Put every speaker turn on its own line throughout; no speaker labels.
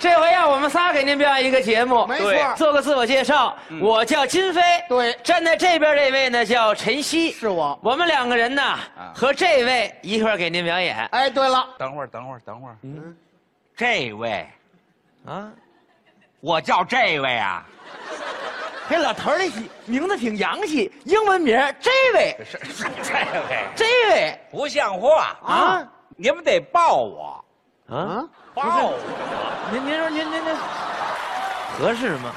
这回让我们仨给您表演一个节目，
没
对
错，
做个自我介绍。我叫金飞，
对
站在这边这位呢叫陈曦，
是我。
我们两个人呢和这位一块儿给您表演。
哎，对了，
等会儿，等会儿，等会儿，
嗯
这位，
啊，
我叫这位啊，
嘿，老头儿这名字挺洋气，英文名儿这位，
是是这位，
这位
不像话
啊
你们得抱我，
啊，
啊，
抱我，
您您说您您您合适吗？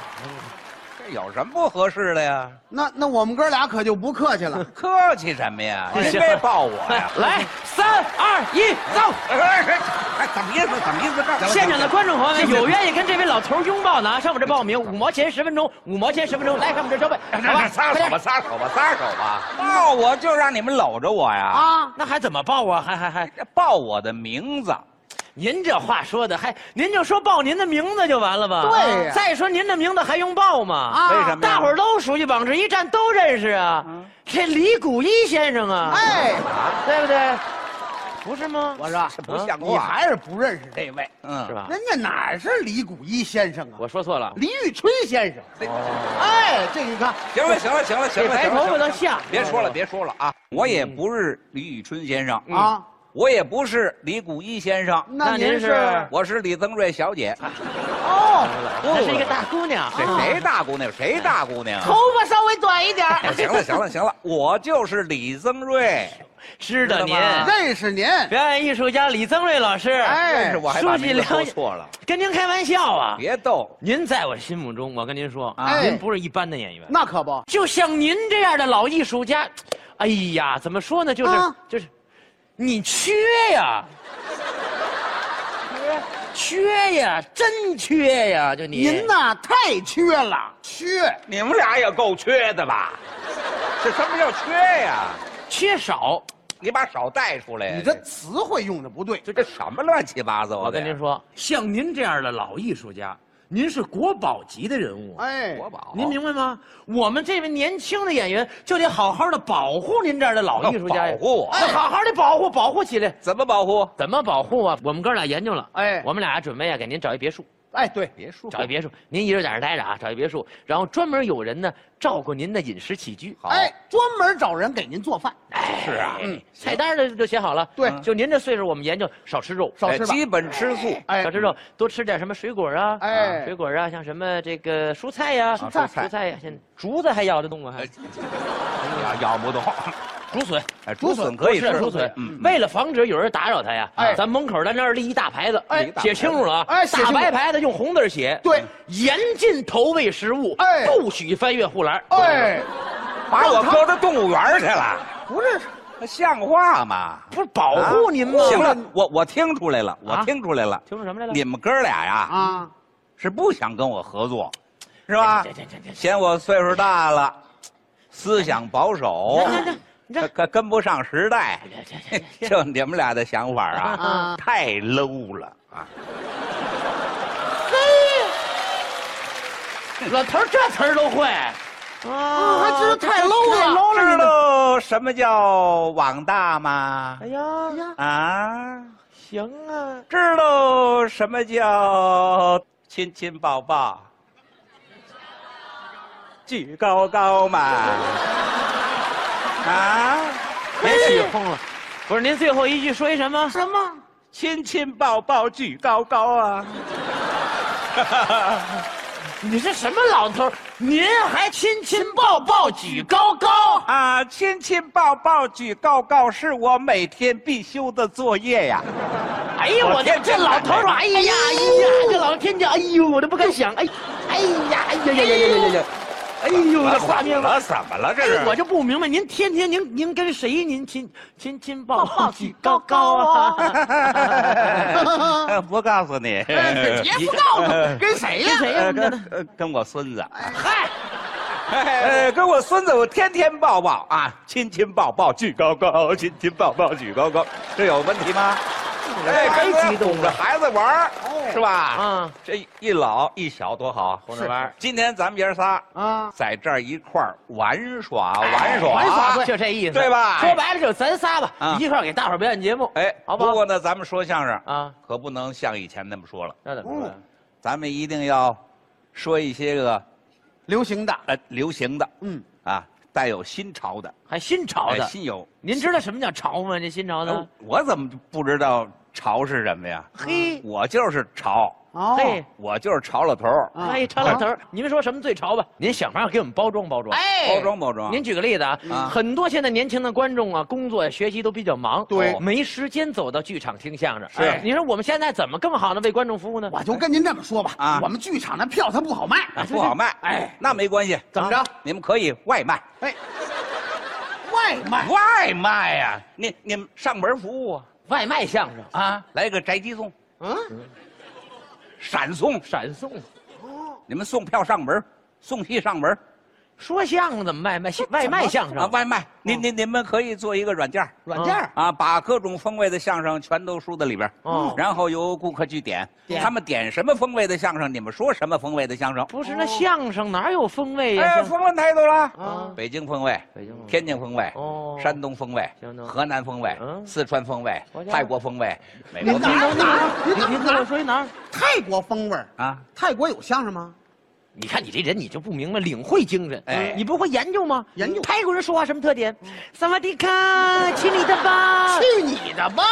这有什么不合适的呀？
那那我们哥俩可就不客气了。
客气什么呀？
哎
您别抱我
哎
呀！
来，三二一，走！
哎，怎么意思？怎么意思？这
现场的观众朋友们，有愿意跟这位老头儿拥抱的啊，上我这报名，五毛钱十分钟，五毛钱十分钟，来上我这消费，好吧？
撒手吧，撒手吧，撒手吧！哎抱我就让你们搂着我呀！啊，
啊，
那还怎么抱啊？还还还，
报我的名字，
您这话说的还，您就说报您的名字就完了吧？
对呀
再说您的名字还用报吗？
啊嗯
为什么呀？
大伙儿都熟悉，往这一站都认识啊。这李谷一先生啊，
哎，
对不对？不是吗？
我说
不像
你
话，
还是不认识这，
这位，嗯，
是？吧？
人家哪儿是李谷一先生啊，
啊我说错了，
李玉春先生。哎，这你看，
行了，行了，行了，行
给
了，
白
行了
头发
行了
都嗯吓。
别说了，别说了啊！我也不是李宇春先生
嗯
啊，
我也不是李谷一先生，
那
那您
您
是
是
我是啊李增瑞小姐。
啊
哦，
那是一个大姑娘，啊
这谁大姑娘？谁大姑娘？啊
头发稍微短一点儿，
哎行了，行了，行了，我就是李增瑞。
哎知道您
知道吗
认识您。
表演艺术家李增瑞老师。
但
哎
是，我还把
书记
名字
了
说
解
错了，
跟您开玩笑啊！
别逗。
您在我心目中，我跟您说，
哎
您不是一般的演员，
那可不，
就像您这样的老艺术家，哎呀，怎么说呢？就是、
啊
就是，你缺呀，缺呀，真缺呀！就你
您？呐太缺了，缺。
你们俩也够缺的吧？这什么叫缺呀？
缺少。
你把手带出来呀！
你这词汇用的不对，
这这什么乱七八糟的？
我跟您，说，像您这样的老艺术家，您是国宝级的人物。啊
哎，
国宝，
您明白吗？我们这位年轻的演员就得好好的保护您这样的老艺术家呀
保，护我？
哎好好的保护保护起来。
怎么保护？
怎么保护啊？我们哥俩研究了，
哎
我们俩准备啊给您找一别墅，
哎，对，
别说
找一别墅，您一人在这儿待着啊，找一别墅，然后专门有人呢照顾您的饮食起居。
好
哎，专门找人给您做饭，
哎，
是啊嗯
菜单的就写好了。嗯
对
就您这岁数，我们研究少吃肉，
少
哎
吃吧。
基本吃素。
哎
少吃肉，多吃点什么水果啊，
哎啊
水果啊，像什么这个蔬菜呀，
蔬菜
蔬菜呀，现在竹子还咬得动吗？啊还
哎咬咬 不动，
竹 笋，
哎，
竹
竹
笋
笋可以
是
吃，
竹笋
嗯，。
为了防止有人打扰他呀，
哎
咱门口在那儿立一大牌子，
哎
立一大牌子写清楚了啊，
哎写清
大
楚
白牌子用红字儿写，
对，
严禁投喂食物，
哎
不许翻越护栏，，
哎，
把我搁到动物园去了，
不是，
那像话吗？啊
不是保护您吗？
行了，我我听出来了，我
啊
听出来了，
听出什么来了？
你们哥俩呀
啊，
是不想跟我合作，是吧
哎这？这这这，
嫌我岁数大了，思想保守，
你这
跟跟不上时代，
这这这，
就你们俩的想法
啊
啊，太 low 了啊！
老头儿这词儿都会，
嗯
啊
还知道太 low 了
知道什么叫网大吗
哎？呀，
呀，
啊？
行啊，
知道什么叫亲亲抱抱，举高高嘛？啊，
别起哄了。不是您最后一句说一什么？
什么？
亲亲抱抱，举高高啊！
你是什么老头儿？您哎还亲亲抱抱举高高？
啊，亲亲抱抱，举高高是我每天必修的作业呀。
哎呀，我这这老头儿说，哎呀哎呀，这老天讲，哎呦，我都不敢想，哎，哎呀哎呀呀呀呀呀呀，哎呦，这画面吧。
了怎么了？这
哎，我
是啊
就不明白，您天天您您跟谁您亲亲亲抱
抱抱
抱
举
举
高
高高
高啊
哎
啊？
不告诉你，
哎别不告诉我，跟谁
跟
呀？
谁呀？嗯
跟呃跟我孙子。
嗨，
呃，跟我孙子，我天天抱抱啊，亲亲抱抱，举高高，亲亲抱抱，举高高，这有问题吗？哎，
太
跟
激动
着
了
孩子玩儿是吧？
嗯
啊，这一老一小多好，哄
着玩儿。
今天咱们爷儿仨
啊，
在这儿一块儿玩耍玩耍，
哎
玩耍对
就这意思，
对吧
说白了就是咱仨吧，
啊
一块儿给大伙儿表演节目，
哎，
好不
不
好？
过呢，咱们说相声
啊，
可不能像以前那么说了，
嗯
那怎么说呀？
咱们一定要说一些个
流行的，
呃流行的
嗯，
啊，带有新潮的，
还新潮
哎
的。
新有。
您知道什么叫潮吗？这新潮的
呃，我怎么不知道潮是什么呀？
嘿，
我就是潮，
哦，
嘿，
我就是潮老头儿，
啊
哎，潮老头儿，您说什么最潮吧？您想办法给我们包装包装。
哎，
包装包装。
您举个例子啊，
嗯
很多现在年轻的观众啊，工作呀、学习都比较忙，
对
哦没时间走到剧场听相声。
是
哎你说我们现在怎么更好的为观众服务呢？
我就跟您这么说吧，
啊
我们剧场那票它不好卖，
啊不好卖，
哎，
那没关系，
怎么着
啊你们可以外卖，
哎，外卖，
外卖呀、你你们上门服务啊，
外卖相声
啊，来个宅急送，
嗯，
闪送，
闪送，
你们送票上门，送戏上门
说相声怎么卖卖外卖相
啊，
声？
外卖，您
嗯
您你们可以做一个软件儿
软件儿
啊，把各种风味的相声全都输在里边儿，
哦
嗯然后由顾客去点，
点
他们点什么风味的相声，你们说什么风味的相声，
不是那相声哪有风味呀？
哦哎，
相
风味太多了，
啊，
北京风味，
北京
天津风味，
哦
山东风味
山，东
河南风味，
嗯
四川风味
我，家
泰国风味，美
您
国
哪
风味
儿哪
您
儿
您
您
跟
哪
我
儿
说一哪儿？
泰国风味儿，
啊，
泰国有相声吗？
你看你这人，你就不明白领会精神。
哎嗯
你不会研究吗？
研究
泰国人说话什么特点？萨瓦迪卡，亲你的吧。
去你的吧！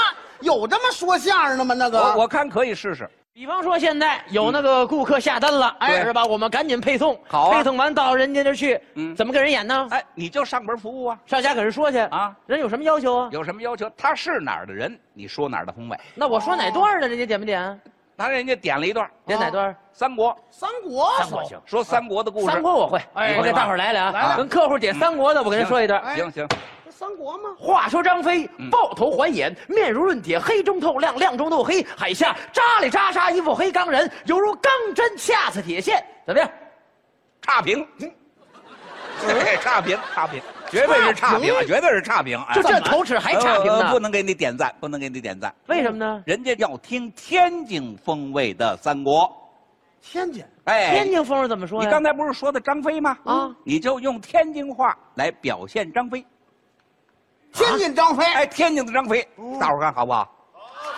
有这么说相声的吗？那个
我我看可以试试。
比方说，现在有那个顾客下单了，哎，
嗯对
是吧？我们赶紧配送，
好啊
配送完到人家那儿去，
嗯
怎么给人演呢？
哎，你就上门服务啊，
上家给人说去
啊，
人有什么要求啊？
有什么要求？他是哪儿的人，你说哪儿的风味。
那我说哪段呢？人家点不点？
他人家点了一段儿
点哪段？
三国，
三国
三国行，
说三国的啊故事。
三国我会，
哎
我给
是吧
大伙儿来来
来
啊，
了
跟客户点三国的，我跟人说一段。
哎
行嗯行，
这三国吗？
话说张飞抱头还眼，面如润铁，黑中透亮，亮中透黑。海下扎里扎沙，一副黑钢人，犹如钢针恰似铁线。怎么样？
差评。 哎差评，差评，绝对是差
差
评，
评
绝对是差评。哎
就这口齿还差评
呃呃不
呢？
能给你点赞，不能给你点赞。
为什么呢？
人家要听天津风味的三国。
天津
哎，
天津风怎么说
你
呀？
刚才不是说的张飞吗？
啊
你就用天津话来表现张飞。
天津张飞，
哎，天津的张飞，大伙儿看好不好？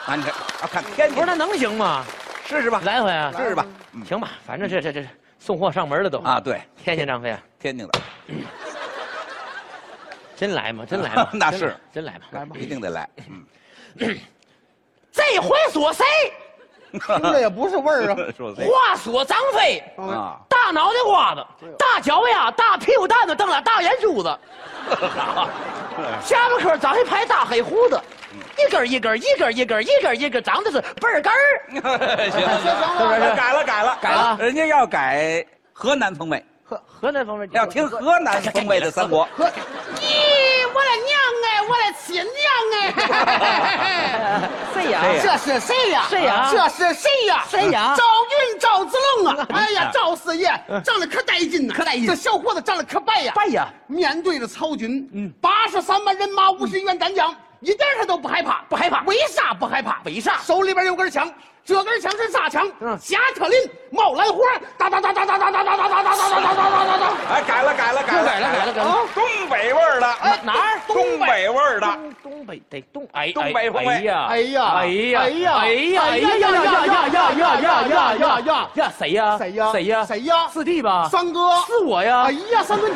啊，你看，啊，看天
不
津
是，那能行吗？
试试吧，
来回啊，
试试吧。嗯
行吧，反正这这这送货上门了都
啊，对，
天津张飞啊，
天津的，？
真来吗？真来吗
那是
真来吗？
来吧
一定得来。嗯，
这回所谁？
听着也不是味儿啊。
说这
话说张飞，
个啊，
大脑袋瓜子，大脚丫，大屁股蛋子，瞪俩大眼珠子，下巴颏长一排大黑胡子，一根儿一根儿，一根儿一根儿，一根儿一根儿，长得是倍儿根儿。
行行
行了
了，改了改了
改了
人家要改河南风味，
河南方面
要听河南风味的三国。
呵，咦，我的娘哎，我的亲娘哎！
谁呀？
谁呀
这是谁呀？
谁呀
这是谁呀？
谁呀
赵云赵子龙啊！哎呀，赵四爷长得可带劲呐，可带劲！这小伙子长得可白呀，
拜呀！
面对着曹军，嗯，八十三万人马，五十员战将，一点儿他都不害怕，不害怕。为啥不害怕？为啥？手里边有根枪，这根枪是啥枪？
嗯
加特林冒蓝花，哒哒哒哒哒哒哒哒哒哒哒哒哒哒哒哒。
哎，改了改了改了
改了改了改了。
东北味儿的，
哎
哪儿
东北味 儿的，
东东北得东哎哎
东北风味
哎呀
哎呀
哎呀
哎呀
哎呀哎
哎呀
呀呀呀呀呀呀呀呀呀呀呀谁呀
谁呀
谁呀
谁呀
四弟吧
三哥，
是我呀
哎呀，三哥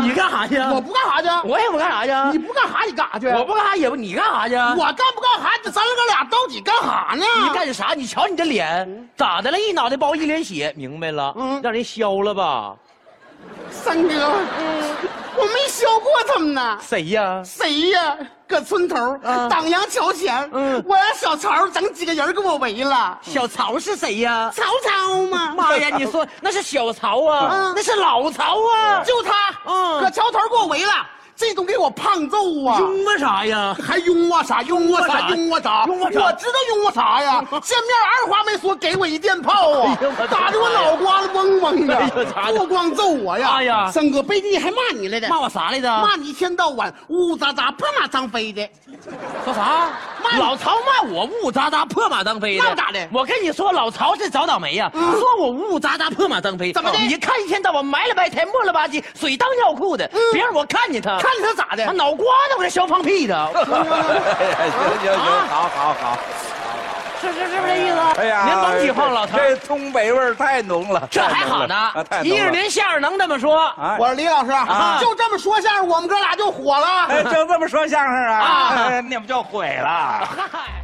你干啥去
你干啥
啊？
去啊
我不干啥去啊。
我也不干啥去啊
你不干啥你干啥去？啊
我不干啥也不你干啥去啊
我啊干不干啥？这咱哥俩到底干啥呢？
你干啥？你瞧你这脸咋的了？一脑袋包一脸血，明白了？
嗯
让人削了吧？
三哥，
嗯
我没削过他们呢。
谁呀？
谁呀？搁村头
啊
荡漾桥前，
嗯
我让小曹整几个人给我围了。
小曹是谁呀？
曹操吗？
妈呀！你说那是小曹啊
嗯，
那是老曹啊，
就他，
嗯
搁桥头给我围了，这都给我胖揍啊！
拥巴啥呀？
还拥我啥？拥我啥？拥我啥？
拥我啥
我知道拥我 啥呀！见面二话没说，给我一电炮啊
哎呦我的妈呀！
打得我脑瓜子嗡嗡
哎呦咋
的，
的
不光揍我呀！
哎呀
三哥背地里还骂你来的，
骂我啥来着？
骂你一天到晚呜呜喳喳，不骂张飞的。
哎说啥？
骂你
老曹骂我呜呜喳喳、破马当飞的，
那咋的
我跟你说，老曹是找倒霉呀、
嗯
说我呜呜喳喳、破马当飞，哦
怎么的
你看一天到晚埋了白菜、磨了吧唧、水当尿裤的，别让我看见他，
嗯看他咋的
他？ 脑瓜子我这削放屁的。
行行行，好好好，
是是是不是这意思？
啊哎呀，
您甭起哄，老头儿，
这东北味儿太浓了，
这还好
啊
呢
太。
一
浓
是
了
您相声能这么说，
哎
我说李老师，
啊
就这么说
哎
相声，我们哥俩就火了。
哎，就这么说相声啊，
啊
哎你们就毁了。
嗨。